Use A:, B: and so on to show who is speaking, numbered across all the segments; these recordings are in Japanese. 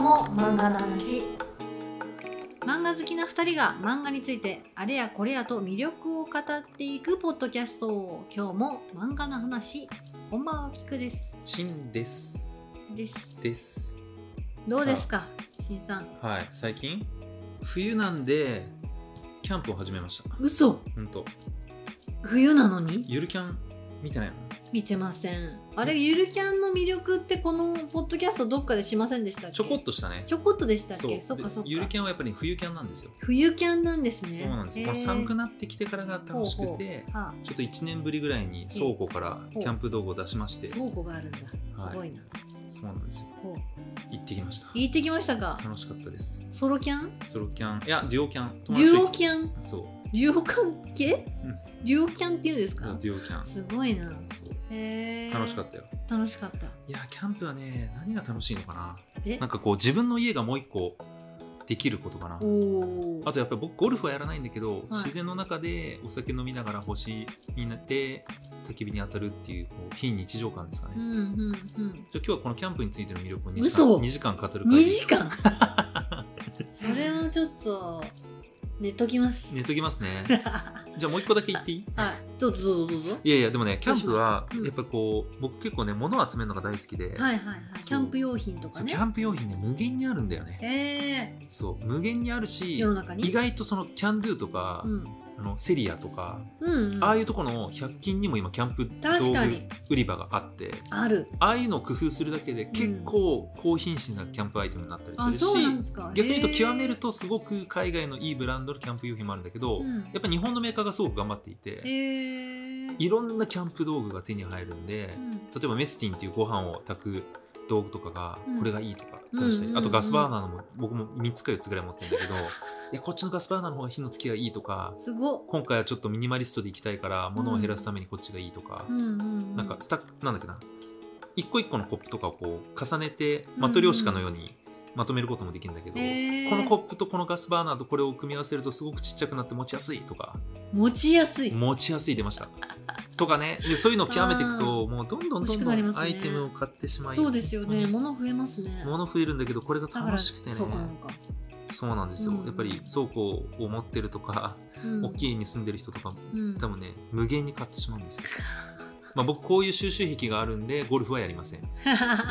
A: の漫画の話
B: 漫画好きな2人が漫画についてあれやこれやと魅力を語っていくポッドキャスト今日も漫画の話こんばんはきくです
C: しんです
B: です
C: です
B: どうですかしんさん
C: はい最近冬なんでキャンプを始めました
B: 嘘
C: ほんと
B: 冬なのに
C: ゆるキャン見てないの
B: 見てませんあれゆるキャンの魅力ってこのポッドキャストどっかでしませんでしたっけ
C: ちょこっとしたね
B: ちょこっとでしたっけそっ
C: で
B: かそっか
C: ゆるキャンはやっぱり冬キャンなんですよ、
B: 冬キャンなんですね
C: そうなんですよ、
B: へー
C: まあ、寒くなってきてからが楽しくて
B: ほうほあ
C: ちょっと1年ぶりぐらいに倉庫からキャンプ道具を出しまして、
B: 倉庫があるんだ
C: はい
B: すごいな、
C: そうなんですよ
B: ほう
C: 行ってきました
B: 行ってきましたか
C: 楽しかったです
B: ソロキャン
C: ソロキャンいやデュオキャン
B: デュオ
C: ャ
B: キャン
C: ンそう
B: デュオ関係、
C: うん
B: デュオキャンっていうんです
C: デ
B: か
C: ュオキャン
B: すごいな
C: そう
B: へえ
C: 楽しかったよ
B: た楽しかった
C: いやキャンプはね何が楽しいのかな
B: え
C: なんかこう自分の家がもう一個できることかな
B: おお
C: あとやっぱり僕ゴルフはやらないんだけど、
B: はい
C: 自然の中でお酒飲みながら星になって焚き火に当たるっていうこう非日常感ですかね、
B: う
C: じゃ
B: んうんうん
C: あ今日はこのキャンプについての魅力を2時間
B: 嘘
C: ,2 時間語るから
B: 2時 間それもちょっと寝ときます、
C: 寝ときますね
B: は
C: じゃあもう一個だけ言っていい
B: いどうぞどうぞどうぞ
C: いやいやでもねキャンプは
B: どうしましたうん
C: やっぱこう、僕結構ね物を集めるのが大好きで、
B: はいはいはい
C: そう
B: キャンプ用品とか
C: そう
B: ね
C: キャンプ用品ね無限にあるんだよね
B: え
C: そう無限にある
B: ー、
C: し
B: 世の中に
C: 意外とそのキャンドゥとか、
B: うん
C: あのセリアとか、
B: うんうん
C: ああいうとこの100均にも今キャンプ
B: 確かに
C: 売り場があって
B: ある
C: ああいうのを工夫するだけで結構高品質なキャンプアイテムになったり
B: あ
C: す
B: そうなん
C: る
B: で
C: し
B: すか
C: 逆に言うと極める
B: と、
C: とすごく海外のいいブランドのキャンプ用品もあるんだけど、
B: うん
C: やっぱ日本のメーカーがすごく頑張ってい
B: え
C: て
B: ー
C: いろんなキャンプ道具が手に入るんで
B: うん
C: 例えばメスティンっていうご飯を炊く道具とかが
B: うん
C: これがいいとか出したり、
B: うん
C: あとガスバーナーのも僕も3つか4つぐらい持ってるんだけど いやこっちのガスバーナーの方が火のつきがいいとか
B: すごっ
C: 今回はちょっとミニマリストで行きたいから物を減らすためにこっちがいいとか、
B: うんうん、
C: なんかスタックなんだっけな一個一個のコップとかをこう重ねてマトリョーシカのようにまとめることもできるんだけど、
B: へー
C: このコップとこのガスバーナーとこれを組み合わせるとすごくちっちゃくなって持ちやすいとか
B: 持ちやすい
C: 持ちやすい出 ましたとかねでそういうのを極めていくともうどんどん
B: 欲
C: ど
B: し
C: ん
B: く
C: ど
B: なりま
C: ん
B: すね
C: アイテムを買ってしまい
B: そうですよね
C: 本
B: 物増えますね
C: 当に物増えるんだけどこれが
B: だから
C: 楽しくてね
B: そうかなんか、
C: そうなんですよ、
B: うん
C: やっぱり倉庫を持ってるとか、
B: うん、
C: 大きい家に住んでる人とか
B: うん
C: 多分ね無限に買ってしまうんですよまあ僕こういう収集癖があるんでゴルフはやりません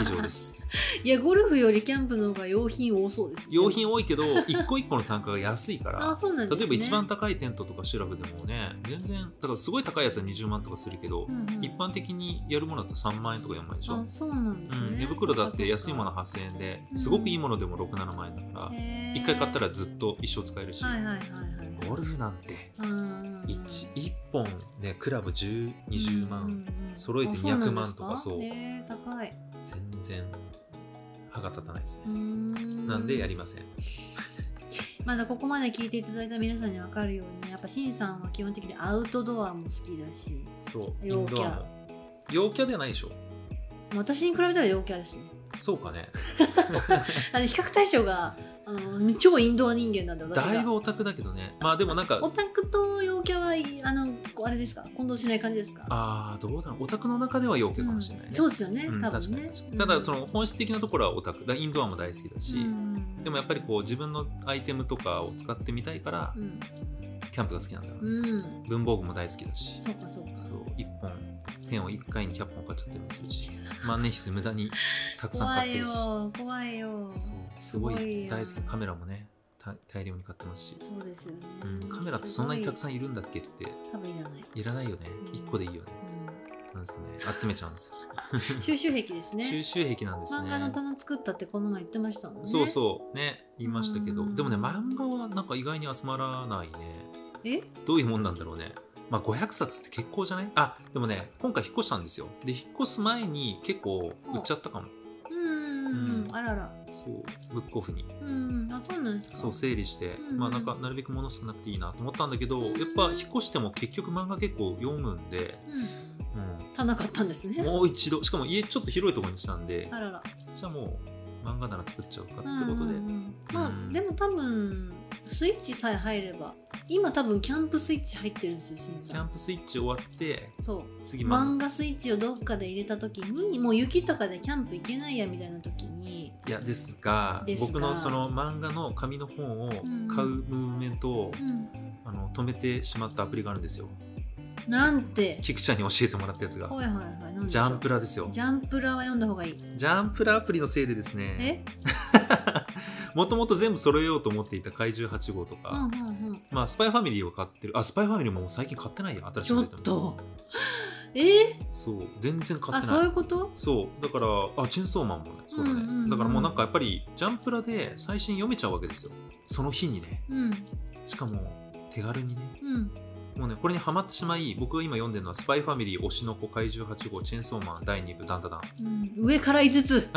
C: 以上で すす
B: いやゴルフよりキャンプの方が用品多そうですね、
C: 用品多いけど一個一個の単価が安い
B: あ
C: から
B: そうなんです、ね、
C: 例えば一番高いテントとかシュラフでもね全然だからすごい高いやつは20万とかするけど、
B: うんうん
C: 一般的にやるものだと3万円とか4万円でしょ
B: あそうなんですね、
C: うん、寝袋だって安いもの8000円で
B: うん
C: すごくいいものでも67万円だから
B: 一
C: 一回買ったらずっと一生使えるし、
B: はいはいはいはい
C: ゴルフなんて
B: うん
C: 一一本ねクラブ1020万、
B: うんうんうん
C: 揃えて
B: あそうなんです
C: 200万とかそう
B: えー高い
C: 全然歯が立たないです
B: う
C: ね
B: ー、ん
C: なんでやりません
B: まだここまで聞いていただいた皆さんに分かるようにやっぱしんさんは基本的にアウトドアも好きだし
C: そうイ
B: 陽
C: ン
B: キャ
C: ドアも陽キャではないでしょ
B: 私に比べたら陽キャですね
C: そうかね
B: あの比較対象があの超インドア人間なんで私が
C: だいぶオタクだけどねまあでもなんか
B: オタクと陽キャはいあのこうあれですか混同しない感じですか
C: あーどうだろうオタクの中では陽キャかもしれないね、
B: うんそうですよね、
C: うん
B: 多
C: 確
B: 分
C: かに
B: ね
C: 確かにただその本質的なところはオタクだからインドアも大好きだし、でもやっぱりこう自分のアイテムとかを使ってみたいから
B: う、ん、
C: キャンプが好きなんだよ、
B: うんうん、
C: 文房具も大好きだし
B: そうかそうか
C: そう1本ペンを1回に100本買っちゃったりもするし万年筆無駄にたくさん
B: 怖
C: 買っ
B: い
C: てるし
B: よ怖いよ
C: そう
B: そ
C: すご
B: すごい
C: い
B: よ
C: 大好きカメラもねた大量に買ってますし、
B: うですよね、
C: うん、カメラってそんなにたく
B: ん
C: さんいるんだっけって
B: 多分いらない、
C: いらないよね
B: うん
C: 1個でいいよねなんですけどね集めちゃうんですよ、
B: うん、収集癖です ね
C: 収集癖なんです
B: 漫
C: ね
B: 画の棚作ったってこの前言ってましたもんね
C: そう
B: う
C: そうね言いましたけど
B: うん
C: でもね漫画はなんか意外に集まらないね
B: え
C: どういうもんなんだろうねまあ500冊って結構じゃないあでもね今回引っ越したんですよで引っ越す前に結構売っちゃったかも
B: うんうん
C: うん
B: あらら
C: そうブックオフに
B: うんあそうなんですか
C: そう整理して、
B: ん
C: まあなんかなるべく物少なくていいなと思ったんだけどやっぱ引っ越しても結局漫画結構読むんで、
B: うん
C: う
B: 棚買ったんです
C: ん、
B: ね
C: もう一度しかも家ちょっと広いところにしたんで
B: あらら
C: じゃあもう漫画なら作っちゃうかってことで、
B: うんうんうんまあ、
C: うん
B: でも多分スイッチさえ入れば今多分キャンプスイッチ入ってるんですよしん
C: キ
B: さ
C: ャン
B: ん
C: プスイッチ終わって
B: そう
C: 次漫
B: 漫画スイッチをどっかで入れた時にもう雪とかでキャンプ行けないやみたいな時に
C: いやですが
B: ですが
C: 僕のその漫画の紙の本を買うムーブメントを、
B: うん、
C: あの止めてしまったアプリがあるんですよ
B: なんて
C: 菊ちゃんに教えてもらったやつが
B: はいはいはいなんでしょう
C: ジャンプラですよ
B: ジャンプラは読んだ方がいい
C: ジャンプラアプリのせいでですね
B: え
C: もともと全部揃えようと思っていた怪獣8号とか、
B: うんうんうん
C: まあスパイファミリーを買ってるあスパイファミリーももう最近買ってないや新し
B: ち
C: い
B: ょ
C: の
B: っ
C: 出たの
B: とえ
C: そう全然買
B: あ
C: ってない
B: そういうこと
C: そうだからあチェンソーマンもねそうだね、
B: うんうんうん
C: だからもうなんかやっぱりジャンプラで最新読めちゃうわけですよその日にね
B: うん
C: しかも手軽にね
B: うん
C: もうねこれにハマってしまい僕が今読んでるのは「スパイファミリー推しの子怪獣8号チェンソーマン第2部ダンダダン
B: うん上から5つ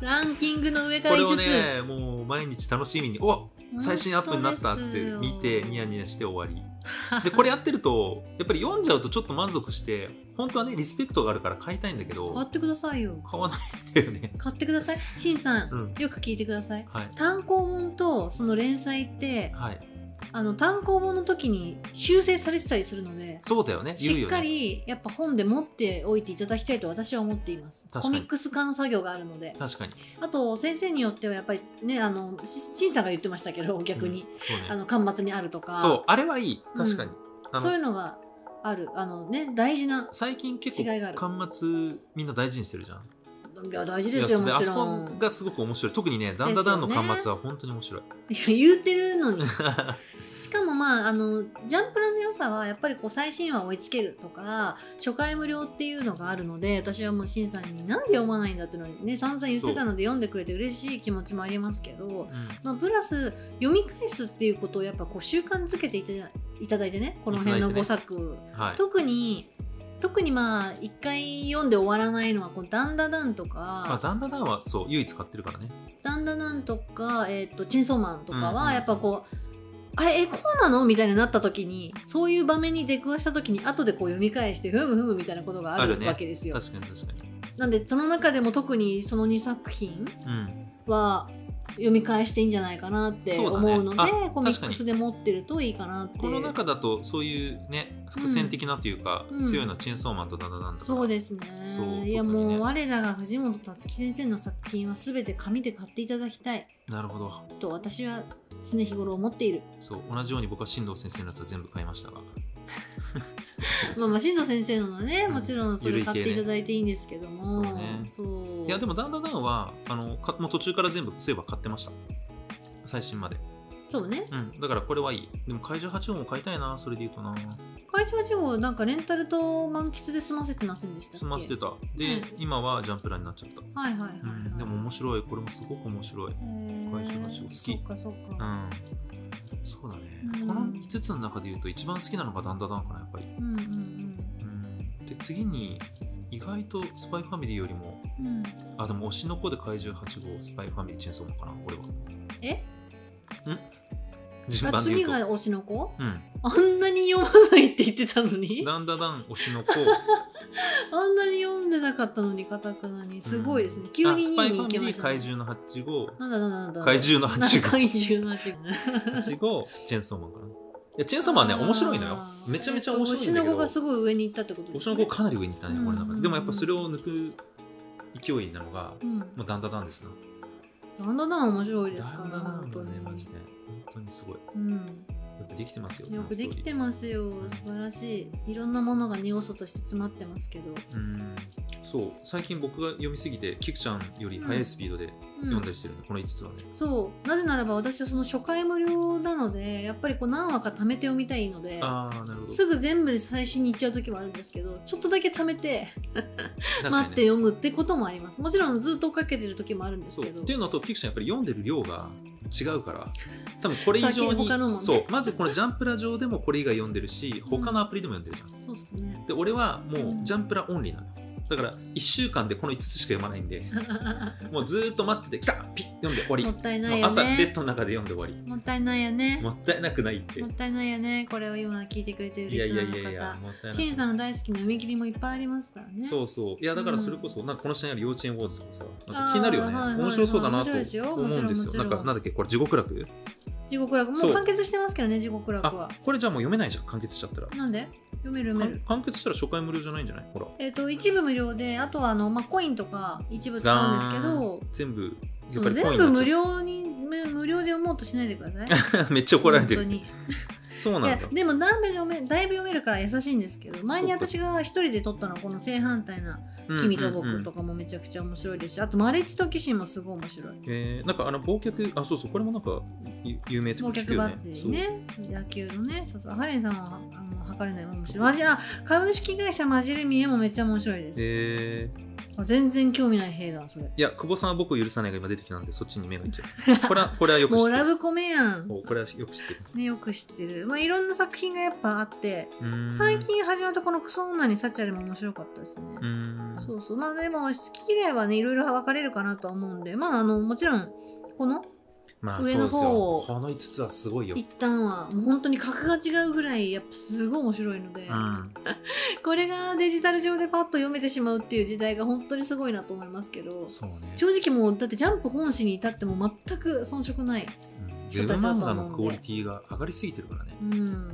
B: ランキングの上」か
C: こ
B: ら
C: れを
B: 5つ、
C: ねもう毎日楽しみに「お最新アップになった」っつって
B: 本
C: 見
B: 当ですよ
C: てニヤニヤして終わりでこれやってるとやっぱり読んじゃうとちょっと満足して本当はねリスペクトがあるから買いたいんだけ
B: 買
C: ど
B: ってくださいよ
C: 買わないんだよね
B: 買ってくださいしんさん、
C: うん
B: よく聞いてください
C: はい
B: 単行本とその連載って
C: はい
B: あの単行本の時に修正されてたりするので
C: そうだよね言う
B: しっ
C: よ
B: か
C: ね
B: りやっぱ本で持っておいていただきたいと私は思っています
C: 確か
B: コ
C: に
B: ミックス化の作業があるので
C: 確かに
B: あと先生によってはやっぱりねあのししんさんが言ってましたけど逆に、
C: うんそうね
B: あの巻末にあるとか
C: そうあれはいい確かに、あ
B: そうい
C: の
B: うのがあるあのね大事な
C: 最近結
B: 違いがある
C: 構巻末みんな大事にしてるじゃん
B: いや大事
C: い
B: で
C: や
B: すよ
C: それ
B: も
C: あ
B: ち
C: そ
B: ろ
C: こ
B: ん
C: がすごく面白い特にね「ダンダダン」の
B: ですよね
C: 巻末は本当に面白い、
B: いや言うてるのにしかもまああのジャンプラの良さはやっぱりこう最新話を追いつけるとか初回無料っていうのがあるので私はもうしんさんになんで読まないんだっていうのにね散々言ってたので読んでくれて嬉しい気持ちもありますけど、
C: うん
B: まあ、プラス読み返すっていうことをやっぱこう習慣づけていただいただいてねこの 辺の5作、
C: はい
B: 特に特にまあ一回読んで終わらないのはこうダンダダンとか、
C: まあ、ダンダダンはそう唯一買ってるからね
B: ダンダダンとか、えー、とチェンソーマンとか
C: うんう
B: は
C: ん
B: やっぱこう、あれえこうなのみたいになった時にそういう場面に出くわした時に後でこう読み返してふむふむみたいなことがあ
C: あ
B: る
C: るね
B: わけですよ。
C: 確かに確かに
B: なんでその中でも特にその2作品
C: うん
B: は読み返していいんじゃないかなって
C: そう
B: 思
C: だね
B: うので
C: あ
B: コミックスで持ってるといいかなって
C: この中だとそういうね伏線的なというか、
B: うん
C: 強いのはチェーンソーマンとダンダダンだから
B: そうですね
C: そう特にね
B: いやもう我らが藤本つき先生の作品は全て紙で買っていただきたい
C: なるほど
B: と私は常日頃思っている。
C: そう同じように僕は進藤先生のやつは全部買いましたが
B: まあ、まあ新藤先生のはね
C: うん
B: もちろんそれ買っていただいていいんですけども、
C: 緩い系ね
B: そう
C: いやでもダンダダンはあのかもう途中から全部そういえば買ってました最新まで
B: そうね
C: うんだからこれはいいでも怪獣8号も買いたいなそれで言うとな
B: 会長地方なんかレンタルと満喫で済ませてませんでしたっけ
C: 済ませてたで、
B: うん
C: 今はジャンプラーになっちゃった
B: はいはいはい、
C: う
B: はい
C: ん、でも面白いこれもすごく面白い会長八号好き
B: そうかそう
C: う
B: か、
C: んそうだね、
B: うん
C: この5つの中で言うと一番好きなのがダンダダンかなやっぱり、
B: うん、うんうん
C: うん、で次に意外とスパイファミリーよりも
B: うんうん
C: あでも推しの子で怪獣8号スパイファミリーチェーンソーマンかなこれは
B: え
C: ん順
B: あ
C: 番で
B: 次
C: 言うと
B: が推しの子
C: うん、
B: あんなに読まないって言ってたのに
C: ダンダダン推し の子
B: あんなに読んでなかったのにかたくなにすごいですね、急
C: あ
B: に
C: スパ
B: 2
C: イ
B: 位
C: フ
B: に
C: ァ
B: 行
C: ミ
B: け
C: リ
B: ま
C: ー
B: したね
C: 怪獣の8号
B: なんだなんだなんだ
C: 怪獣の8号
B: 怪獣の8号
C: 8号チェーンソーマンかないやチェーンソーマンはね面白いのよ
B: あー
C: めちゃめちゃ面白い
B: えっと推し
C: んだけ
B: の子
C: ど
B: がすごい上に行ったってこと
C: 推
B: で
C: し
B: す
C: の
B: ね
C: 子かなり上に行ったね、
B: うん
C: 俺の中ででもやっぱそれを抜く勢いなのが
B: うん
C: もうダンダダンですな
B: だんだんだん面白いですから
C: ダンダダンはねマ
B: 本
C: ジで本当にすごいよ
B: 当にうん
C: くできてますよ
B: よくできて
C: ま
B: ますよ素晴らしいいろんなものが要素として詰まってますけど、
C: すうんそう最近僕が読みすぎてキクちゃんより速いスピードで
B: うん
C: 読んだりしてるんで、この5つはね
B: そうなぜならば私はその初回無料なのでやっぱりこう何話か貯めて読みたいので
C: ああなるほど
B: すぐ全部で最新に行っちゃう時もあるんですけどちょっとだけ貯めて
C: 確か
B: 待
C: に
B: っ
C: ね
B: て読むってこともありますもちろんずっと追っかけてる時もあるんです
C: そう
B: け
C: っ
B: ど
C: ていうのとキクちゃんやっぱり読んでる量が違うから多分これ以上
B: さっき
C: に
B: 他のもね
C: そうまずこのジャンプラ上でもこれ以外読んでるし
B: うん
C: 他のアプリでも読んでるじゃん
B: そうっすね
C: で俺はもうジャンプラオンリーなのよだから1週間でこの5つしか読まないんでもうずーっと待ってて来たピッ読んで終わり
B: もったいないよね
C: 朝ベッドの中で読んで終わり
B: もったいないよね
C: もったいなくないって
B: もったいないよねこれを今聞いてくれてる
C: い
B: リ
C: やい
B: スナ
C: や
B: ーの方
C: いやいやもったいな
B: シン
C: い
B: さんの大好きな読み切りもいっぱいありますからね
C: そううそういやだからそれこそなんかこの下にある幼稚園ウォーズとかさなんか気になるよ
B: あ
C: ね
B: ーはいはいはい
C: 面白そうだなと
B: 面白いですよ
C: 思うんですよ
B: もち
C: な
B: ろ
C: ん
B: ん
C: かなんだっけこれ地獄楽
B: 地獄楽も
C: そうう
B: 完結してますけどね地獄楽
C: あ
B: は
C: これじゃあもう読めないじゃん完結しちゃったら
B: なんで読める読める
C: 完完結したら初回無料じゃないんじゃないほら
B: えっ、と一部無料であとはあの、まあ、コインとか一部使うんですけど
C: 全部や
B: そ
C: っぱ
B: う
C: りコイ
B: 全部
C: ンになっ
B: 無
C: ちゃ
B: 料に無無料で読もうとしないでください
C: う めっちゃ 怒られて
B: 本
C: る
B: 当に
C: そうなん
B: いや
C: だ
B: でもだいぶ読めだいぶ読めるから優しいんですけど前に私が一人で撮ったのはこの正反対な「君と
C: うんうんう
B: 僕」
C: ん
B: とかもめちゃくちゃ面白いですしあと「マレッジと騎士」もすごい面白い。
C: えー、なんかあの忘却あそうそうこれもなんかゆ有名って
B: 忘
C: 聞く
B: 却
C: よ
B: バ
C: ね
B: ッテリ
C: そ
B: ー
C: う
B: ね野球のねそうそうハレンさんはあの測れないも面白いマジあ株式会社マジレミエもめっちゃ面白いです
C: え
B: あ全然興味ない兵だそれ
C: ー、いや久保さんは僕を許さないが今出てきたんでそっちに目がいっちゃ うこれはこれはよく知
B: も
C: っ
B: う
C: て
B: ラ
C: る
B: ブコメやん、
C: おこれはよく知ってます、
B: ね、よく知ってるまあいろんな作品がやっぱあって
C: うーん
B: 最近始まったこの「クソ女にサチアル」も面白かったですね、
C: うーん
B: そうそうまあでも好き嫌いはねいろいろ分かれるかなとは思うんでまああのもちろんこの
C: まあそう
B: 上
C: です
B: の
C: よ
B: 方を
C: この5つはすごいよ
B: 一旦はもう本当に格が違うぐらいやっぱすごい面白いので、
C: うん
B: これがデジタル上でパッと読めてしまうっていう時代が本当にすごいなと思いますけど
C: そうね
B: 正直もうだってジャンプ本誌に至っても全く遜色ない、
C: うんウェブ漫画のクオリティが上がりすぎてるからね
B: う、ん
C: う、ん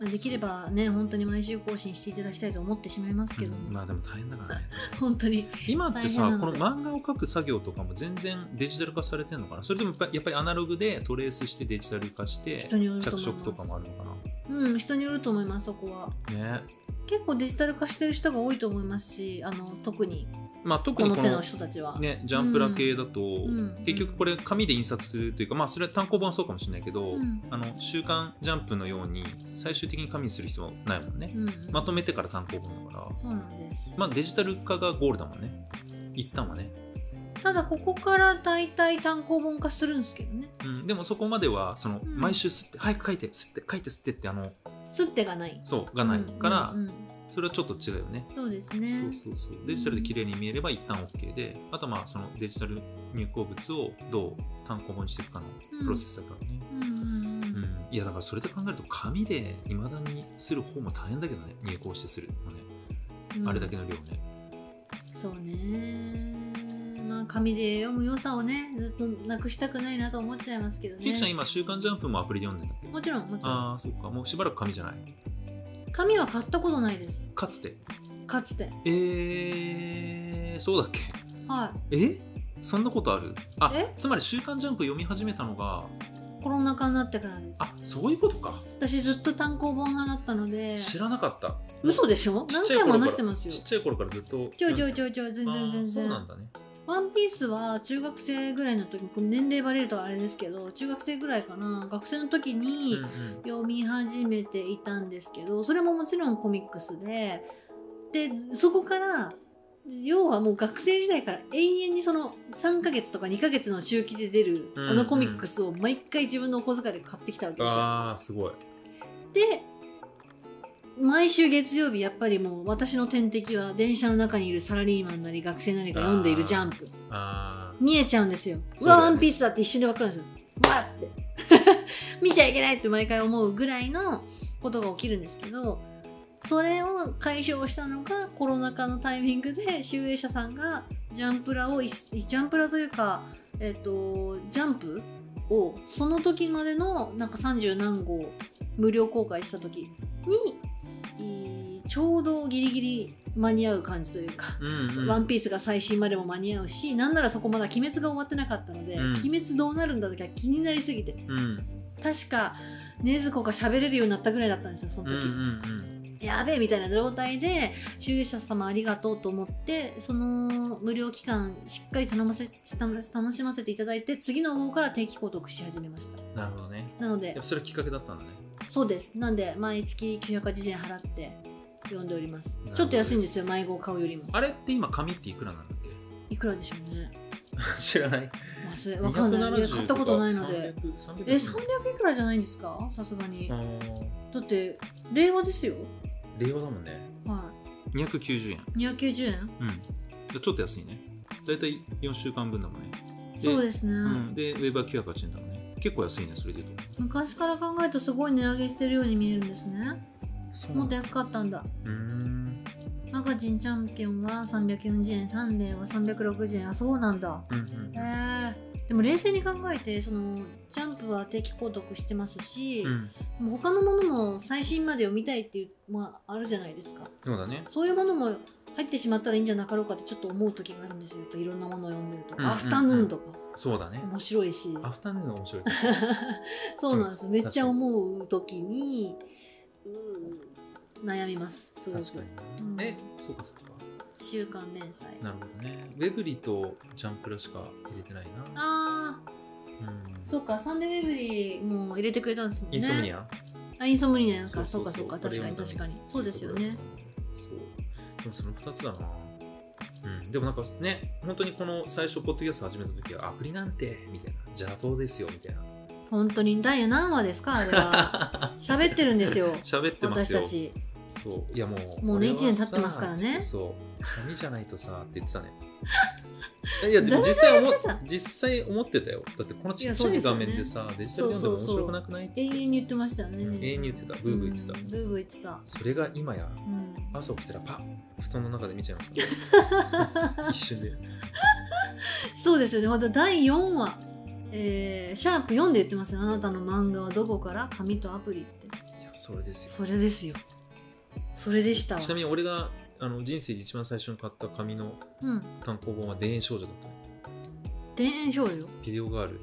B: まあできればね本当に毎週更新していただきたいと思ってしまいますけども、
C: まあでも大変だからね
B: 本当に
C: 今ってさ
B: 大
C: こ
B: 変なの
C: の
B: で
C: 漫画を描く作業とかも全然デジタル化されてるのかなそれともやっぱりやっぱりアナログでトレースしてデジタル化して
B: 人によると
C: 着
B: 思います
C: 色とかもあるのか
B: うん人によると思いますそこは
C: なね
B: 結構デジタル化してる人が多いと思いますしあの特に
C: まあ特
B: こ
C: に
B: の
C: こ
B: 手の
C: の
B: 人たちは、
C: ねジャンプラ系だと、
B: ん
C: 結局これ紙で印刷するというかまあそれは単行本はそうかもしれないけど、
B: うん
C: あの週刊ジャンプのように最終的に紙にする必要ないもんね、
B: うん
C: まとめてから単行本だから
B: そうなんです
C: まあデジタル化がゴールだもんね一旦はね、
B: ただここから大体単行本化するんですけどね
C: うん、でもそこまではその
B: うん
C: 毎週吸って、早く書いて吸って書いて吸ってってあの
B: すってがない
C: そうがないから、
B: うんうんうん
C: それはちょっと違うよね
B: そうですね
C: そうそうそうデジタルで綺麗に見えれば一旦 OK であとはまあそのデジタル入稿物をどう単行本にしていくかのプロセスだからね、
B: うんうんうん
C: うんいやだからそれで考えると紙でいまだにする方も大変だけどね入稿してするのね、
B: うん
C: あれだけの量ね
B: そうねまあ紙で読む良さをねずっとなくしたくないなと思っちゃいますけど
C: キュウキちゃん
B: ね
C: 今「週刊ジャンプ」もアプリで読んでんだっけ
B: もちろんもちろん
C: ああそっかもうしばらく紙じゃない
B: 紙は買ったことないです
C: かつて
B: かつて
C: えー、そうだっけ
B: は
C: えそんなことあるあ
B: え
C: つまり「週刊ジャンプ」読み始めたのが
B: いコロナ禍になってからです
C: あそういうことか
B: 私ずっと単行本派だったので
C: 知らなかった
B: 嘘でしょ
C: ちっ
B: 何
C: ちゃい
B: 回
C: 頃
B: も話
C: から
B: してますよ
C: ちっちゃい頃からずっと
B: ちょいちょいち
C: ょい
B: ょいちょい全然全
C: そうなん
B: 然
C: だね
B: ワンピースは中学生ぐらいの時これ年齢バレるとあれですけど中学生ぐらいかな学生の時に
C: うんうん
B: 読み始めていたんですけどそれももちろんコミックスででそこから要はもう学生時代から永遠にその3ヶ月とか2ヶ月の周期で出る
C: うん
B: あのコミックスを毎回自分のお小遣いで買ってきたわけですよ。
C: あーすごい
B: で毎週月曜日やっぱりもう私の天敵は電車の中にいるサラリーマンなり学生なりが読んでいるジャンプ
C: あ
B: 見えちゃうんですよ。う
C: そうだ
B: わ、
C: よね
B: ワンピースだって一瞬で分かるんですよ。わって 見ちゃいけないって毎回思うぐらいのことが起きるんですけどそれを解消したのがコロナ禍のタイミングで集英社さんがジャンプラをいジャンプラというか、えっとジャンプをその時までのなんか30何号無料公開した時にいちょうどギリギリ間に合う感じというか
C: ーうんうん
B: ワンピースが最新までも間に合うし、なんならそこまだ鬼滅が終わってなかったので、
C: うん
B: 鬼滅どうなるんだとか気になりすぎて、
C: うん
B: 確か、禰豆子が喋れるようになったぐらいだったんですよ、その
C: うん
B: 時。
C: うん
B: やべえみたいな状態で、集英社様ありがとうと思って、その無料期間、しっかり頼ませ楽楽しませていただいて、次の号から定期購読し始めました。
C: うんなるほどね
B: なの
C: やっ
B: で
C: ぱ、それきっかけだったんだね
B: そうです。なんで、毎月980円払って読んでおります
C: ほ。ど
B: ちょっと安いんですよ、毎号買うよりも。
C: あれって今紙っていくらなんだっ け
B: いくらでしょうね。
C: 知らない
B: 忘れ、わかんない。いや買ったことないので。え300
C: 300
B: いくらじゃないんですかさすがに、
C: あー
B: だって令和ですよ
C: 令和だもんね
B: は
C: 290円
B: い290円
C: うんじゃあちょっと安いねだいたい4週間分だもんね
B: そう
C: で
B: ですね、
C: うん、でウェブは980円だもんね結構安いねそれで言うと
B: 昔から考えるとすごい値上げしてるように見えるんですね
C: そう
B: もっと安かったんだ
C: うーん
B: マガジンチャンピオンは340円サンデーは360円あそうなんだ
C: うんうん
B: へえでも冷静に考えてそのジャンプは定期購読してますし、
C: うん、
B: もう他のものも最新まで読みたいっていう、まあ、あるじゃないですか
C: そうだね
B: そういうものも入ってしまったらいいんじゃなかろうかってちょっと思う時があるんですよやっぱいろんなものを読んでると、
C: うんうんうん
B: アフタヌーンとか
C: そうだね
B: 面白いし
C: アフタヌーンが面白い
B: そうなんです
C: うん
B: めっちゃ思う時にうん悩みますすごく
C: 確か
B: うん
C: にねえそうかそうか
B: 週刊連載
C: なるほどねウェブリーとジャンプラしか入れてないな
B: ああ
C: うん
B: そうかサンデーウェブリーも入れてくれたんですもんね
C: インソムニア
B: あインソムニアかそうかそう
C: あ
B: か
C: れ
B: 確かに
C: 読んだ
B: 確かにそうですよね
C: そうでもその2つだなうん、でもなんかね本当にこの最初ポッドキャスト始めた時はアプリなんてみたいな邪道ですよみたいな
B: 本当に第何話ですかあれ は喋ってるんですよ
C: 喋ってます
B: 私
C: よ
B: たち
C: そういやもう
B: もうね
C: 俺はさ
B: 一年経ってますからね
C: そう紙じゃないとさって言って たねいやで
B: ど
C: も
B: れぐらい
C: 実際思
B: や
C: っ
B: ってた
C: 実際思ってたよだってこのちっ
B: いや
C: ち
B: そう
C: ゃ
B: で
C: い
B: すよ
C: 画
B: ね
C: 面でさデジタル読んでも面白くなくないっつって
B: 永遠に言ってましたよね、
C: うん永遠に言ってたブーブー言ってた、
B: うんブーブー言ってた、
C: それが今や
B: うん、
C: 朝起きたらパッ布団の中で見ちゃいま すから一瞬で
B: そうですよね。ほんと第4話、えーシャープ4で言ってますよ。あなたの漫画はどこから紙とアプリって。
C: いやそれですよ
B: それですよ。それでしたわ
C: ちなみに俺があの人生で一番最初に買った紙の
B: うん。
C: 単行本は田園少女だったの
B: 田園少女。
C: ビデオガール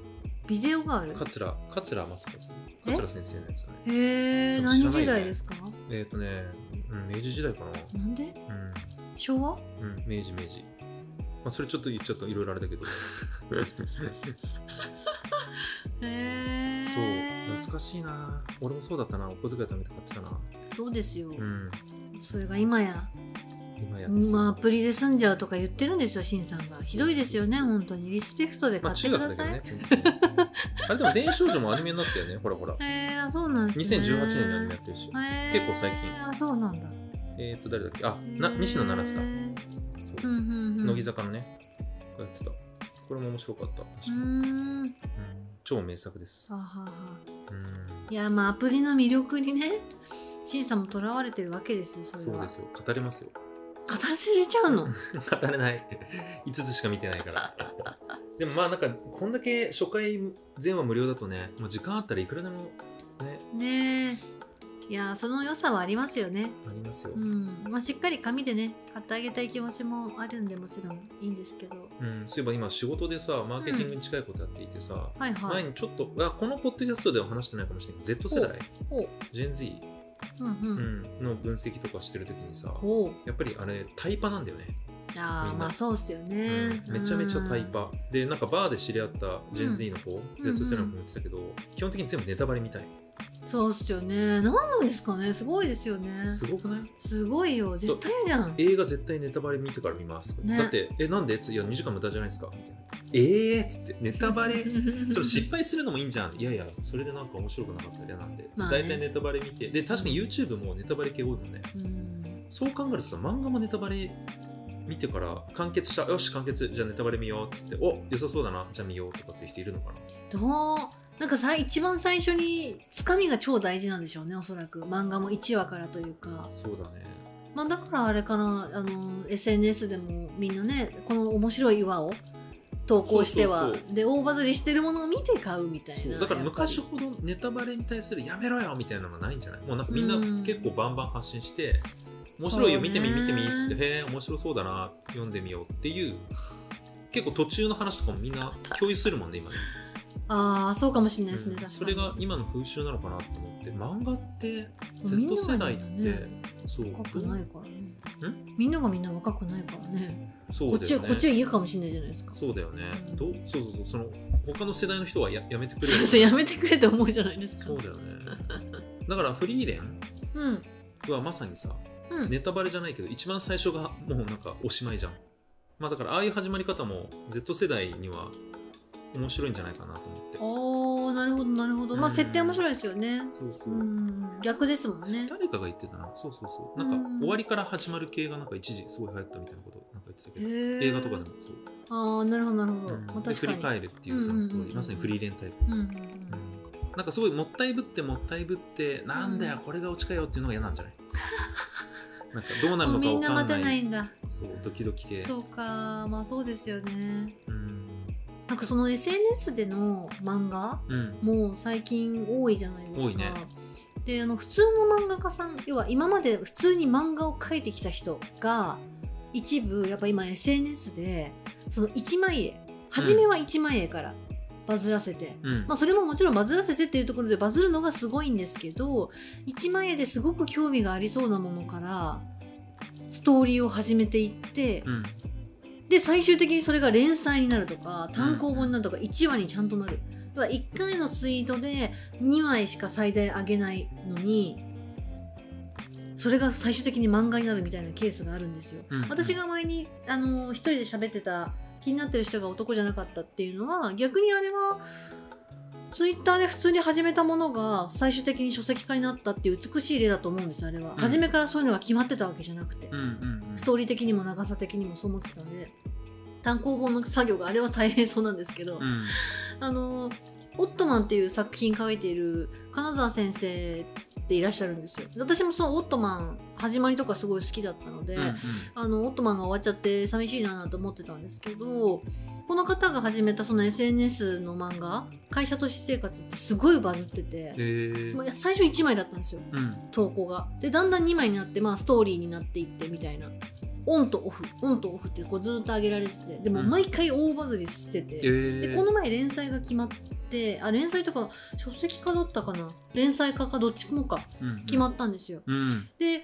B: ビデオがある。
C: 桂桂正子です
B: え
C: 桂先生のやつだね
B: へえー、
C: 多分知らな
B: 何
C: いよね
B: 時代ですか
C: えっ、ー、とね、うん、明治時代かな
B: なんで
C: う
B: 昭和
C: ん、うん、明治明治まあそれちょっと言っちゃうといろいろあれだけど
B: へえ
C: そう
B: ー。
C: 懐かしいな俺もそうだったなお小遣い貯めて買ってたな
B: そうですよ。
C: うん
B: それが今や、
C: 今やってさ
B: まあ、アプリで済んじゃうとか言ってるんですよ、しんさんが。ひどいですよね、
C: そうそうそう
B: 本当に。リスペクトで
C: ま
B: 買
C: あ
B: って
C: 中
B: く
C: 学だ
B: だ
C: け
B: さ
C: ど
B: い。
C: ねあれでも電子少女もアニメになったよねほらほら
B: へえー、そうなんですね。
C: 2018年にアニメやってるし
B: へー
C: 結構最近
B: あそうなんだ
C: えっ、ー、と誰だっけあな西野七瀬だ
B: へー
C: そう
B: うんうんうん
C: 乃木坂のねやってたこれも面白かった、
B: うーん
C: うん超名作です
B: あはは
C: うん
B: いやまあアプリの魅力にね審査もとらわれてるわけですよそれは
C: そうですよ語れますよ
B: 形入れちゃう の
C: 語れ ない5つしか見てないからでもまあなんかこんだけ初回全話無料だとねもう時間あったらいくらでもね
B: ねえいやその良さはありますよね
C: ありますよ、
B: う
C: うん
B: ん、まあ、しっかり紙でね買ってあげたい気持ちもあるんでもちろんいいんですけど
C: そういえば今仕事でさマーケティングに近いことやっていてさ、
B: はいはい
C: 前にちょっとあこのポッドキャストでは話してないかもしれないけど Z 世代
B: おう
C: Gen Z、
B: うんう、
C: うんん、の分析とかしてる時にさ
B: おう
C: やっぱりあれタイパなんだよね
B: あ
C: み
B: ー
C: んな
B: まあそうっすよね、
C: うんめちゃめちゃタイ
B: うん
C: パでなんかバーで知り合ったジェンズイの子、
B: ん
C: でトセラの子も言ってたけど、基本的に全部ネタバレみたい
B: そうっすよね何なんですかねすごいですよね
C: すごくない
B: すごいよ絶対じゃん
C: 映画絶対ネタバレ見てから見ます、
B: ね
C: だって「えなんで?」いや2時間無駄じゃないですか」みたいな「ええー」っつってネタバレ それ失敗するのもいいんじゃんいやいやそれでなんか面白くなかったりなんで、
B: まあね
C: 大体ネタバレ見てで確かに YouTube もネタバレ系多いもんね
B: うん
C: そう考えるとさ漫画もネタバレ見てから完結したよし完結じゃあネタバレ見ようっつってお良さそうだなじゃあ見ようとかっていう人いるのかな
B: どうなんかさ一番最初につかみが超大事なんでしょうねおそらく漫画も1話からというか、
C: そうだね
B: まあ、だからあれかなあの SNS でもみんなねこの面白い話を投稿しては
C: そうそう
B: で大バズりしてるものを見て買うみたい
C: そう
B: な
C: だから
B: やっぱり
C: 昔ほどネタバレに対するやめろよみたいなのがないんじゃないもうなんかみんな
B: うん
C: 結構バンバン発信して面白い
B: そ
C: よ
B: うね
C: 見てみ見てみっつってへえ面白そうだな読んでみようっていう結構途中の話とかもみんな共有するもんね今ね、
B: ああそうかもしれないですね、
C: うん
B: 確かに
C: それが今の風習なのかなと思って漫画って
B: みんな
C: Z
B: が
C: 世代っ
B: ね
C: て、そう
B: 若くないからね
C: ん
B: みんながみんな若くないからね
C: そ
B: こ
C: う
B: っ
C: だ
B: ち
C: よ
B: はこっち
C: ね
B: は家かもしれないじゃないですか
C: そうだよね
B: うん
C: どうそうそうそうその他の世代の人はややめてくれ
B: そう
C: る
B: そうやめてくれって思うじゃないですか
C: そうだよねだからフリーレン
B: うん
C: はまさにさ
B: うん
C: ネタバレじゃないけど一番最初がもうなんかおしまいじゃんまあだからああいう始まり方も Z 世代には面白いんじゃないかなと思って
B: おーなるほどなるほどまあ
C: うん
B: 設定面白いですよね
C: そう
B: う
C: そ
B: ん逆ですもんね
C: 誰かが言ってたなそうそうそうなんか
B: うん
C: 終わりから始まる系がなんか一時すごい流行ったみたいなことなんか言ってたけど映
B: 映
C: 画とかでもそう、
B: ああなるほどなるほど、
C: うん
B: まあ、
C: で
B: 確
C: 振
B: か
C: り
B: に
C: 返るっていうそのストーリー、
B: うんうんうんうん
C: まさにフリーレンタイプ、
B: うんうん
C: うんなんかすごいもったいぶってもったいぶってなんだよこれがオチかよっていうのが嫌なんじゃない なんかどうな
B: うんも
C: る
B: うみん
C: の
B: な
C: かわか
B: 待
C: んな
B: て
C: い
B: ないんだ
C: そうドキドキ系
B: そうかまあそうですよね
C: うん
B: なんかその SNS での漫画
C: うん
B: もう最近多いじゃないですか。
C: 多いね
B: であの普通の漫画家さん要は今まで普通に漫画を描いてきた人が一部やっぱ今 SNS でその一枚絵初めは一枚絵からバズらせて、
C: うん
B: まあ、それももちろんバズらせてっていうところでバズるのがすごいんですけど一枚絵ですごく興味がありそうなものからストーリーを始めていって、
C: うん
B: で最終的にそれが連載になるとか単行本になるとか1話にちゃんとなる、だから1回のツイートで2枚しか最大上げないのにそれが最終的に漫画になるみたいなケースがあるんですよ。
C: うん
B: 私が前にあの一人で喋ってた気になってる人が男じゃなかったっていうのは逆にあれはツイッターで普通に始めたものが最終的に書籍化になったっていう美しい例だと思うんですよあれは、
C: ん
B: 初めからそういうのが決まってたわけじゃなくて
C: うんうんうん
B: ストーリー的にも長さ的にもそう思ってたんで単行本の作業があれは大変そうなんですけど、
C: うん
B: あのオットマンっていう作品書いている金沢先生っていらっしゃるんですよ私もそのオットマン始まりとかすごい好きだったので、
C: うんうん
B: あのオットマンが終わっちゃって寂しいなと思ってたんですけどこの方が始めたその SNS の漫画「会社と私生活」ってすごいバズってて
C: え、ー
B: もう最初1枚だったんですよ
C: うん
B: 投稿がでだんだん2枚になって、まあ、ストーリーになっていってみたいなオンとオフオンとオフってこうずーっと上げられててでも
C: うん
B: 毎回大バズりしてて、
C: えー
B: でこの前連載が決まってあ連載とか書籍化だったかな連載化かどっちもか
C: うん
B: 決まったんですよ、
C: うん
B: で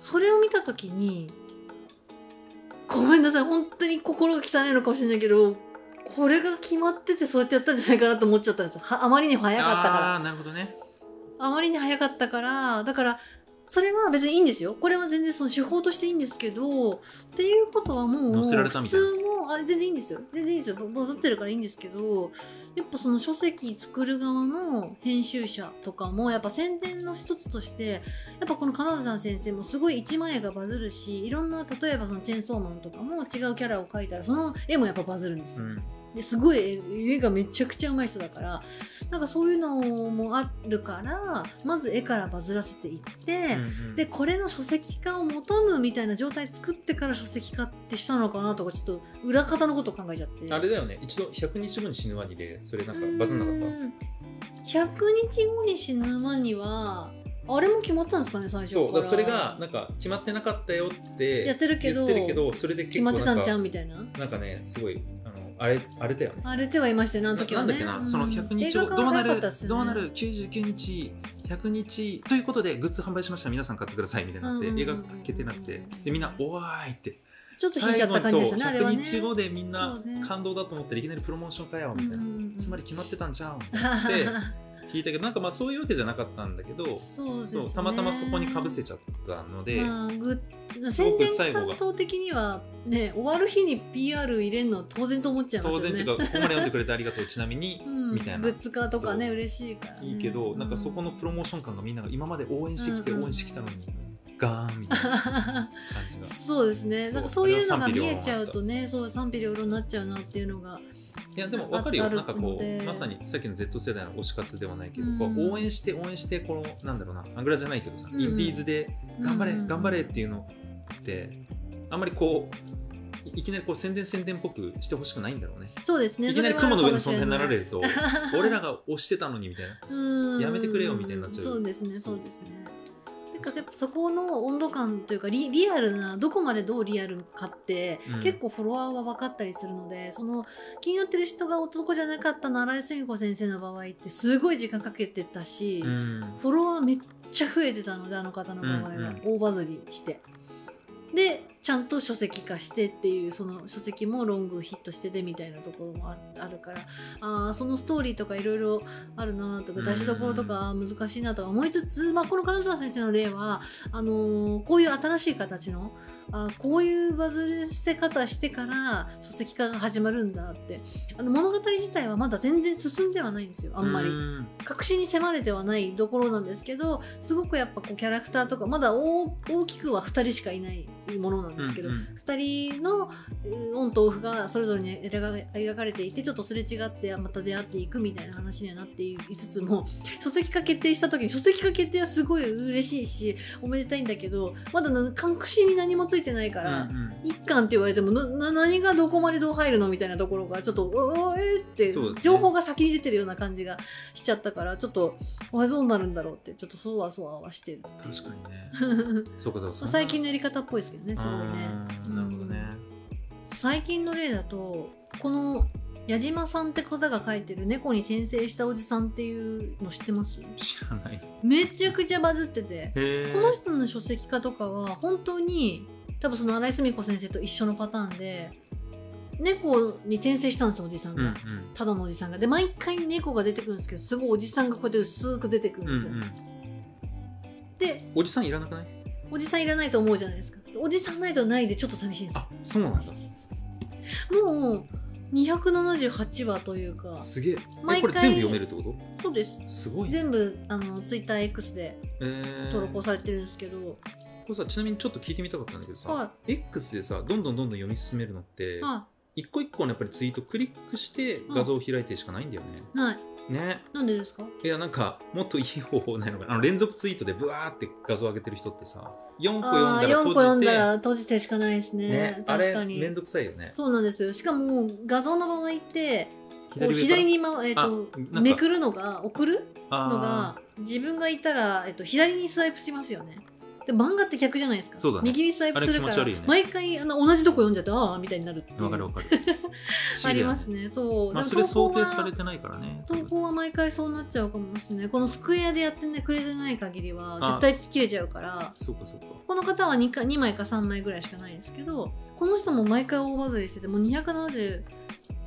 B: それを見た時にごめんなさい本当に心が汚いのかもしれないけどこれが決まっててそうやってやったんじゃないかなと思っちゃったんですよはあまりにも早かったから
C: あーなるほどね
B: あまりに早かったからだからそれは別にいいんですよこれは全然その手法としていいんですけどっていうことはもう
C: 載せられた
B: 普
C: みたいな
B: 通のあれ全然いいんですよ全然いいですよババズってるからいいんですけどやっぱその書籍作る側の編集者とかもやっぱ宣伝の一つとしてやっぱこの金沢さん先生もすごい一枚絵がバズるしいろんな例えばそのチェーンソーマンとかも違うキャラを描いたらその絵もやっぱバズるんですよ
C: う。ん
B: ですごい絵絵がめちゃくちゃ上手い人だからなんかそういうのもあるからまず絵からバズらせていって、
C: うんうん
B: でこれの書籍化を求むみたいな状態作ってから書籍化ってしたのかなとかちょっと裏方のことを考えちゃって
C: あれだよね一度100日後に死ぬワニでそれなんかバズんなかった
B: た100日後に死ぬ間にはあれも決まったんですかね最初
C: そうだからそれがなんか決まってなかったよって
B: やってるけど
C: 言ってるけどそれで
B: 決
C: 結
B: ま
C: 構
B: って
C: な
B: た
C: ん
B: んちゃう
C: か
B: みたいな
C: なんかねすごいあのあれあれだよね
B: 荒れてはいましたよねあの時はね
C: なな
B: う
C: んだっけな、
B: ん
C: その100
B: 映
C: 日
B: 画
C: 後
B: 化
C: どう
B: は
C: な
B: 早か
C: る
B: ったっすよね
C: どうなる99日100日ということでグッズ販売しました皆さん買ってくださいみたいになって、
B: うんうんうん
C: 映画化けてなくてでみんな「おーい!」って
B: ちょっと引いちゃった感じ
C: そう
B: でしたねあれは
C: 100
B: ね
C: 日後でみん
B: そ
C: な
B: うね
C: 感動だと思ったらいきなりプロモーションかよみたいな、
B: うんうんうん
C: つまり決まってたんちゃうみたいなって聞いたけどなんかまあそういうわけじゃなかったんだけど
B: そうです
C: そ
B: ね
C: うたまたまそこにかぶせちゃったので、
B: まあ、ぐ
C: すご
B: 宣
C: く
B: 伝
C: 最後が
B: 担当的にはね終わる日に PR 入れるのは当然と思っちゃいます
C: 当
B: よね
C: 然っていうかここまで読んでくれてありがとうちなみに、
B: うん、
C: みたいな
B: グッズ化とかね
C: そう
B: 嬉しいからね、
C: いいけど、なんかそこのプロモーション感がみんなが今まで応援してきて
B: うんうん
C: 応援してきたのに、ガーンみたいな感じが。
B: そうですね
C: そう
B: なんかそういうのが見えちゃうとねそう賛否両論になっちゃうなっていうのが
C: いやでも分かるよ
B: ある
C: なんかこ
B: ので
C: うまさにさっきの Z 世代の推し活ではないけど、
B: うん
C: こう応援して応援してこのなんだろうなアングラじゃないけどさ、
B: うん
C: インディーズで頑張れ、
B: うん
C: 頑張れっていうのってあんまりこういいきなりこう宣伝宣伝っぽくしてほしくないんだろうね。
B: そうですね
C: いきなり雲の上の存在になられ
B: る
C: ると俺らが推してたのにみ たいな。やめてくれよみたいになっちゃう
B: そうですね
C: そ
B: そううですねてかやっぱそこの温度感というかリリアルなどこまでどうリアルかって、
C: うん
B: 結構フォロワーは分かったりするのでその気になってる人が男じゃなかったの荒井澄子先生の場合ってすごい時間かけてたし、
C: うん
B: フォロワーめっちゃ増えてたのであの方の場合は、
C: うん
B: 大バズりしてでちゃんと書籍化してっていうその書籍もロングヒットしてでみたいなところもああるからあーそのストーリーとかいろいろあるなとか
C: うん
B: 出しどころとか難しいなとか思いつつ、まあ、この金沢先生の例はあのーこういう新しい形のあーこういうバズりせ方してから書籍化が始まるんだってあの物語自体はまだ全然進んではないんですよあんまり。
C: うん
B: 確信に迫れてはないところなんですけどすごくやっぱこうキャラクターとかまだ大大きくは2人しかいないものなんですけど、
C: う
B: 二
C: んうん
B: 2人のうんオンとオフがそれぞれに描か描かれていてちょっとすれ違ってまた出会っていくみたいな話にはなっていつつも書籍化決定した時に書籍化決定はすごい嬉しいしおめでたいんだけどまだな確信に何もついてないから、
C: うんうん
B: 一巻って言われてもなな何がどこまでどう入るのみたいなところがちょっとおーえーって
C: そうですね
B: 情報が先に出てるような感じがしちゃったからちょっとおいどうなるんだろうってちょっとそわそわは してるっていう
C: 確かにねそうかそうかそんな
B: 最近のやり方っぽいですけどねすごいね
C: うんなるほどね
B: 最近の例だとこの矢島さんって方が書いてる「猫に転生したおじさん」っていうの知ってます
C: 知らない
B: めちゃくちゃバズってて
C: へえ
B: この人の書籍化とかは本当に多分その新井澄子先生と一緒のパターンで猫に転生したんですよおじさん
C: う
B: が、
C: ん
B: ただのおじさんがで毎回猫が出てくるんですけどすごいおじさんがこうやって薄く出てく
C: うんう
B: るん
C: ん
B: ですよ、
C: うん
B: で
C: おじさんいらなくない
B: おじさんいらないと思うじゃないですかおじさんないとないでちょっと寂しいんです
C: あそうなんだ
B: よもう278話というか
C: すげええ
B: 毎回
C: これ全部読めるってこ
B: そうです
C: とすごいね
B: 全部あのツイッター X で
C: えー
B: 登録をされてるんですけど、
C: これさちなみにちょっと聞いてみたかったんだけどさ、
B: は
C: X でさどんどんどんどん読み進めるのって、
B: は
C: 一個一個のやっぱりツイートクリックして画像を開いてしかないんだよね、
B: いない
C: ね
B: なんでですか
C: いやなんかもっといい方法ないのかなあの連続ツイートでブワーって画像上げてる人ってさ4個読んだ
B: あー
C: ら
B: 四個読
C: 閉
B: ん
C: じ
B: だ
C: て
B: ら閉じてしかないですね
C: ね、あ
B: 確
C: れ
B: か
C: めん
B: に
C: どくさいよね
B: そうなんですよしかも画像の場合ってこう
C: 上から
B: 左に、まえっと
C: あなんか
B: めくるのが送るの
C: あ
B: が自分がいたら、えっと、左にスワイプしますよねで漫画って逆じゃないですか
C: そうだね
B: 右にスワイプするか
C: あれ気持
B: ら、
C: ち悪いよね
B: 毎回あの同じとこ読んじゃってああみたいになるってい
C: ー
B: う
C: わかる わかる
B: ありま
C: 不
B: す
C: 思議だよね
B: ねそう、
C: まあ
B: で
C: そ
B: も
C: れ
B: 投
C: 想
B: 稿は
C: 定されてないからね
B: 投稿は毎回そうなっちゃうかもしれないこのスクエアでやってくれてない限りは
C: あ
B: 絶対切れちゃうから
C: そうかそうか
B: この方は 2, か2枚か3枚ぐらいしかないですけどこの人も毎回大バズりしててもう270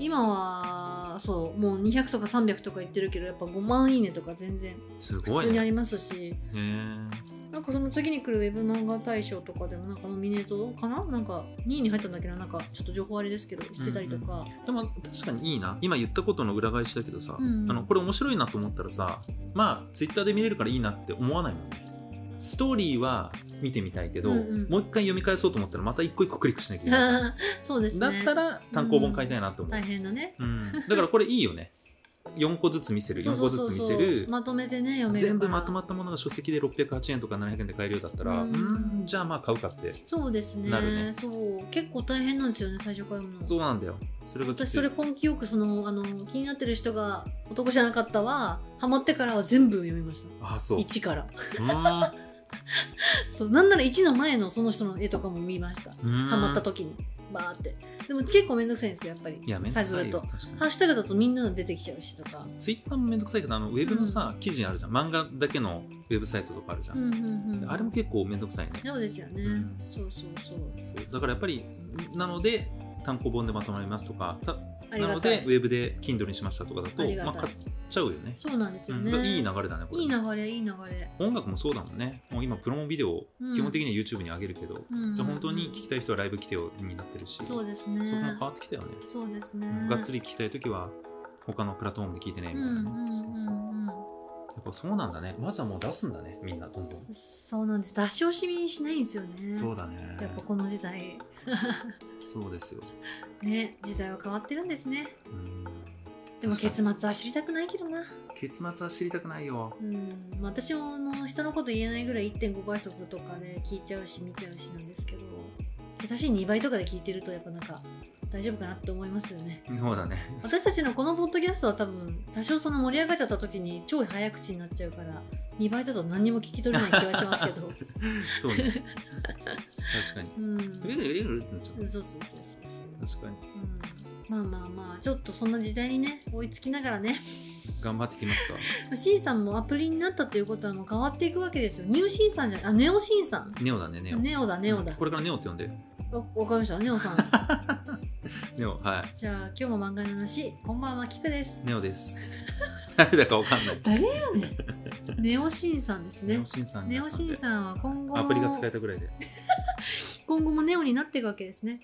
B: 今はそうもう200とか300とか言ってるけどやっぱ5万いいねとか全然
C: すご
B: 普
C: い
B: 通にあ
C: ね
B: りますし、
C: へー
B: なんかその次に来るウェブ漫画大賞とかでもなんかノミネートかななんか2位に入ったんだけどなんかちょっと情報あれですけどしてたりとか、
C: でも確かにいいな今言ったことの裏返しだけどさ、
B: うん
C: あのこれ面白いなと思ったらさまあツイッターで見れるからいいなって思わないもんねストーリーは見てみたいけど、
B: うんうん
C: もう一回読み返そうと思ったらまた一個一個クリックしなきゃいけない
B: そうです
C: だ
B: ね
C: ったら単行本買いたいなと思う
B: 大、変だね
C: うんだからこれいいよね4個ずつ見せる4個ず つ見せる
B: まとめてね読める
C: 全部まとま
B: っ
C: ったものが書籍で608円とか700円で買えるようだったらう
B: う
C: ー
B: ん
C: んじゃあまあ買うかって
B: そうですね
C: なるね
B: そう結構大変なんですよね最初から読むの
C: そうなんだよそれがきつい
B: 私それ根気よくそのあの気になってる人が「男じゃなかったは」ハマってからは全部読みました
C: あそうう
B: 1から
C: ーん
B: そうなんなら1の前のその人の絵とかも見ました
C: うーん
B: ハマった時にバーってでも結構めんどくさいんですよやっぱり
C: いやめんど
B: サイ
C: く
B: ズ
C: さ
B: だ
C: いよ
B: と
C: 確かに
B: ハッシュタグだとみんなの出てきちゃうしとか
C: ツイッターもめんどくさいけどあのウェブのさ、記事あるじゃん漫画だけのウェブサイトとかあるじゃ、
B: うんんうんうん
C: あれも結構めんどくさいね、
B: そうですよね、
C: うん
B: そうそうそう
C: そうだからやっぱりなので単行本でまとまりますとかた
B: あり
C: な
B: が
C: の
B: たい
C: でウェブで Kindle にしましたとかだ
B: あ
C: と
B: りがた
C: ま
B: い
C: あ、買っちゃうよね
B: そうなんですよ
C: うん
B: ね、
C: だからいい流れだねこれ
B: いい流れいい流れ
C: 音楽もそうだもんねもう今プロモビデオ、
B: うん
C: 基本的には YouTube に上げるけど、
B: うん
C: じゃあ本当に聴きたい人はライブ来てよになってるし
B: そうですね
C: そこも変わってきたよね、
B: そうですね
C: うんがっつ
B: り
C: り聴きたい時は他のプラットフォームで聴いてね
B: うん
C: みた
B: う
C: い
B: ん
C: な
B: う
C: ね、
B: んうん
C: そうそうやっぱそうなんだねまずはもう出すんだねみんなどんどん、
B: そうなんです出し惜しみしないんですよね
C: そうだね
B: やっぱこの時代
C: そうですよ
B: ね時代は変わってるんですね
C: うん
B: でも
C: 確
B: 結末は知りたくないけどな
C: 結末は知りたくないよ
B: うんまあ私もあの人のこと言えないぐらい1.5倍速とかで聞いちゃうし見ちゃうしなんですけど下手し2倍とかで聞いてるとやっぱなんか大丈夫かなって思いますよね
C: そうだね
B: 私たちのこのポッドキャストは多分多少その盛り上がっちゃった時に超早口になっちゃうから2倍だと何にも聞き取れない気はしますけど
C: そうね確かに
B: うん
C: ウェルウェルウェルってなっちゃ
B: うんそうそうそうそう
C: う確かに
B: そう、うん、まあまあまあちょっとそんな時代にね追いつきながらね
C: 頑張ってきますか
B: C さんもアプリになったということはもう変わっていくわけですよニュー C さんじゃあネオ C さん
C: ネオだねネオ
B: ネオだネオだ
C: これからネオって呼んで
B: わわかりましたネオさん
C: ネオはい
B: じゃあ今日も漫画の話こんばんはキクです
C: ネオです 誰だかわかんない
B: 誰やねん ネオシンさんです
C: ネ
B: ね
C: オシンさん
B: ネオシンさんは今後
C: アプリが使え
B: も
C: たぐらいで
B: 今後もネオになっていくわけですね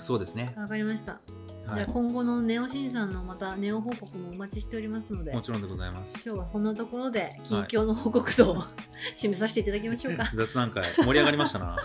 C: そうですね
B: わかりました、
C: は
B: じゃあ
C: い
B: 今後のネオシンさんのまたネオ報告もお待ちしておりますので
C: もちろんでございます
B: 今日はそんなところで近況の報告と、 締めさせていただきましょうか
C: 雑談会盛り上がりましたな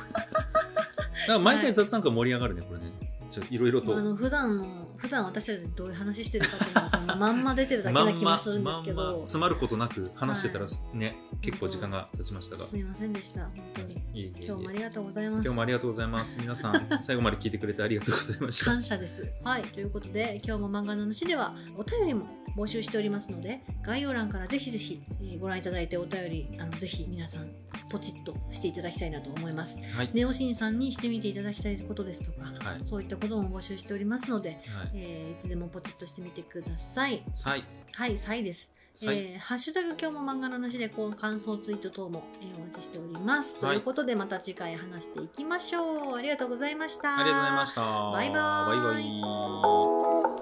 C: なんか毎回雑談会盛り上がるねこれねちょいろいろと
B: あの普段の普段私たちどういう話してるかっていうのはそのまんま出てるだけな気もするんですけど、
C: まんま詰まることなく話してたら
B: は
C: ね、結構時間が経ちましたが
B: すみませんでした本当に
C: いえいえいえ
B: 今日もありがとうございます
C: 今日もありがとうございます皆 さん最後まで聞いてくれてありがとうございました
B: 感謝ですはいということで今日も漫画の主ではお便りも募集しておりますので概要欄からぜひぜひえーご覧いただいてお便りあのぜひ皆さんポチッとしていただきたいなと思います
C: はい、
B: ネオシンさんにしてみていただきたいことですとか、
C: はい
B: そういったことも募集しておりますので、
C: はい
B: えーいつでもポチッとしてみてください
C: さい
B: はいサイです
C: さい、
B: えーハッシュタグ今日も漫画の話でこう感想ツイート等も、えーお待ちしております、
C: はい
B: ということでまた次回話していきましょうありがとうございました
C: ありがとうございました
B: バイバーイ
C: バイバイ